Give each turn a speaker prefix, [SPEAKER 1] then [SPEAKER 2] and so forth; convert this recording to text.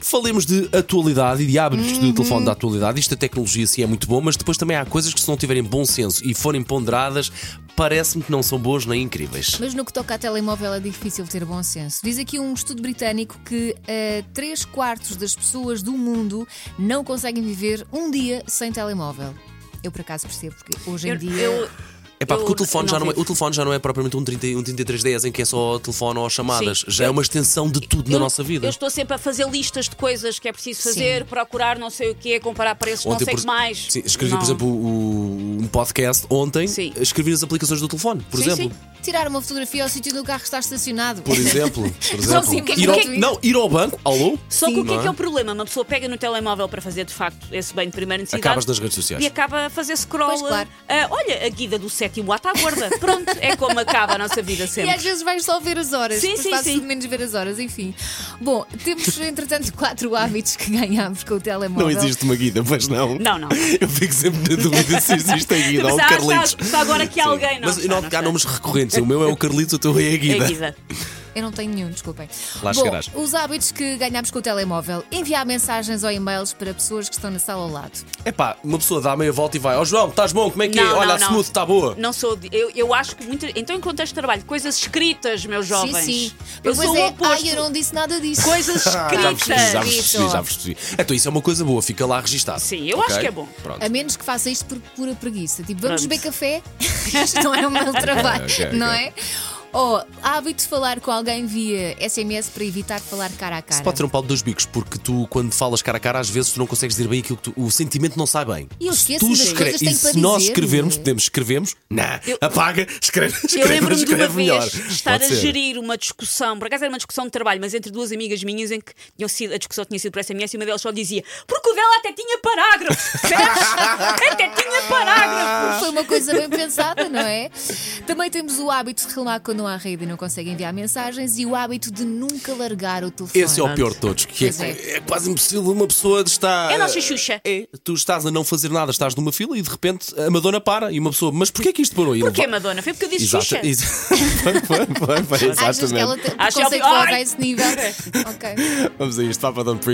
[SPEAKER 1] Falemos de atualidade e de hábitos
[SPEAKER 2] Uhum.
[SPEAKER 1] do telefone da atualidade. Isto da tecnologia sim é muito bom, mas depois também há coisas que, se não tiverem bom senso e forem ponderadas, parece-me que não são boas nem incríveis.
[SPEAKER 3] Mas no que toca a telemóvel é difícil ter bom senso. Diz aqui um estudo britânico que 3 quartos das pessoas do mundo não conseguem viver um dia sem telemóvel. Eu por acaso percebo, porque hoje em
[SPEAKER 2] Eu-
[SPEAKER 3] dia.
[SPEAKER 2] eu-
[SPEAKER 1] É pá, porque o
[SPEAKER 2] eu
[SPEAKER 1] telefone, já não é,
[SPEAKER 2] vivo.
[SPEAKER 1] o telefone já não é propriamente um, 30, um 3310 em que é só telefone ou chamadas.
[SPEAKER 2] Sim.
[SPEAKER 1] Já é uma extensão de tudo na
[SPEAKER 2] Eu-
[SPEAKER 1] nossa vida.
[SPEAKER 2] Eu estou sempre a fazer listas de coisas que é preciso fazer, procurar não sei o quê, comparar preços, não sei o
[SPEAKER 1] por-
[SPEAKER 2] que mais.
[SPEAKER 1] Sim, escrevi,
[SPEAKER 2] Não.
[SPEAKER 1] por exemplo, o- um podcast ontem.
[SPEAKER 2] Sim.
[SPEAKER 1] Escrevi as aplicações do telefone, por
[SPEAKER 2] Sim,
[SPEAKER 1] exemplo.
[SPEAKER 3] Tirar uma fotografia ao sítio do carro que está estacionado.
[SPEAKER 1] Por exemplo. Por
[SPEAKER 3] Só
[SPEAKER 1] exemplo.
[SPEAKER 3] assim, porque
[SPEAKER 1] ir ao,
[SPEAKER 3] é que-
[SPEAKER 1] não, ir ao banco. Alô?
[SPEAKER 2] Só que o que é,
[SPEAKER 1] Não
[SPEAKER 2] que é o problema? Uma pessoa pega no telemóvel para fazer de facto esse bem de primeira necessidade.
[SPEAKER 1] Acabas nas redes sociais.
[SPEAKER 2] E acaba a fazer scroll.
[SPEAKER 3] Pois, claro.
[SPEAKER 2] Ah, olha, a guida do sétimo ato à gorda. Pronto, é como acaba a nossa
[SPEAKER 3] E é
[SPEAKER 2] vida
[SPEAKER 3] às
[SPEAKER 2] sempre.
[SPEAKER 3] vezes vais só ver as horas,
[SPEAKER 2] Sim,
[SPEAKER 3] depois
[SPEAKER 2] sim,
[SPEAKER 3] fazes
[SPEAKER 2] sim.
[SPEAKER 3] tudo menos ver as horas, enfim. Bom, temos entretanto quatro hábitos que ganhámos com o telemóvel.
[SPEAKER 1] Não existe uma guida, pois não.
[SPEAKER 2] Não, não.
[SPEAKER 1] Eu fico sempre na dúvida se existe a guida ou o
[SPEAKER 2] Mas há-
[SPEAKER 1] Carlitos.
[SPEAKER 2] está- está agora aqui alguém, não
[SPEAKER 1] Mas
[SPEAKER 2] está,
[SPEAKER 1] não,
[SPEAKER 2] não
[SPEAKER 1] há
[SPEAKER 2] está.
[SPEAKER 1] nomes recorrentes. O meu é o Carlitos, o teu é a
[SPEAKER 2] É
[SPEAKER 1] guida.
[SPEAKER 2] a guida.
[SPEAKER 3] Eu não tenho nenhum, desculpem.
[SPEAKER 1] Lá
[SPEAKER 3] Bom,
[SPEAKER 1] chegarás.
[SPEAKER 3] os hábitos que ganhámos com o telemóvel: enviar mensagens ou e-mails para pessoas que estão na sala ao lado.
[SPEAKER 1] É pá, uma pessoa dá a meia volta e vai: Ó João, estás bom? Como é que é?
[SPEAKER 2] Não,
[SPEAKER 1] Olha,
[SPEAKER 2] não,
[SPEAKER 1] a
[SPEAKER 2] não.
[SPEAKER 1] smooth está boa.
[SPEAKER 2] Não sou. de- Eu, eu acho que muitas. Então, em contexto de trabalho, coisas escritas, meus jovens.
[SPEAKER 3] Sim, sim.
[SPEAKER 2] Eu
[SPEAKER 3] Mas
[SPEAKER 2] sou o
[SPEAKER 3] é,
[SPEAKER 2] oposto.
[SPEAKER 3] ai, eu não disse nada disso.
[SPEAKER 2] Coisas
[SPEAKER 1] já vos percebi, já vos
[SPEAKER 2] escritas.
[SPEAKER 1] percebi, já vos percebi. Então isso é uma coisa boa, fica lá registado.
[SPEAKER 2] Sim, eu
[SPEAKER 1] Ok?
[SPEAKER 2] acho que é bom.
[SPEAKER 1] Pronto.
[SPEAKER 3] A menos que faça isto por pura preguiça. Tipo, vamos
[SPEAKER 2] Pronto.
[SPEAKER 3] beber café? Isto não é o meu trabalho,
[SPEAKER 1] Ok, ok.
[SPEAKER 3] não é? Ou há hábito de falar com alguém via SMS para evitar falar cara a cara.
[SPEAKER 1] Isso pode ser um pau de dois bicos, porque tu, quando falas cara a cara, às vezes tu não consegues dizer bem aquilo que tu, o sentimento não sai bem.
[SPEAKER 3] E eu
[SPEAKER 1] Se
[SPEAKER 3] esqueço-me
[SPEAKER 1] tu
[SPEAKER 3] das
[SPEAKER 1] escre-
[SPEAKER 3] coisas que tenho
[SPEAKER 1] E
[SPEAKER 3] para
[SPEAKER 1] se nós
[SPEAKER 3] dizer.
[SPEAKER 1] escrevemos, podemos escrevemos, nah, apaga, escreve,
[SPEAKER 2] Eu
[SPEAKER 1] escreve,
[SPEAKER 2] lembro-me de uma
[SPEAKER 1] escreve
[SPEAKER 2] vez
[SPEAKER 1] melhor.
[SPEAKER 2] estar
[SPEAKER 1] Pode
[SPEAKER 2] a
[SPEAKER 1] ser.
[SPEAKER 2] gerir uma discussão, por acaso era uma discussão de trabalho, mas entre duas amigas minhas em que tinham sido, a discussão tinha sido por SMS e uma delas só dizia porque o dela até tinha parágrafos, percebes? até tinha parágrafos.
[SPEAKER 3] Foi uma coisa bem pensada, não é? Também temos o hábito de reclamar quando não há rede e não consegue enviar mensagens e o hábito de nunca largar o telefone.
[SPEAKER 1] Esse é o pior de todos, que é,
[SPEAKER 3] Pois é.
[SPEAKER 1] é quase impossível uma pessoa de estar.
[SPEAKER 2] É a nossa Xuxa.
[SPEAKER 1] É, tu estás a não fazer nada, estás numa fila e de repente a Madonna para e uma pessoa, mas porquê que isto parou? E ele
[SPEAKER 2] Porquê,
[SPEAKER 1] vai-
[SPEAKER 2] Madonna? Foi porque eu disse
[SPEAKER 1] Exato,
[SPEAKER 2] Xuxa.
[SPEAKER 1] exa- foi, foi, foi, foi,
[SPEAKER 3] Achas que
[SPEAKER 1] exatamente.
[SPEAKER 3] ela tem
[SPEAKER 2] Acho que é o
[SPEAKER 3] preconceituosa
[SPEAKER 2] pior.
[SPEAKER 3] a esse nível? ok.
[SPEAKER 1] Vamos a isto, Papa Don't Preach.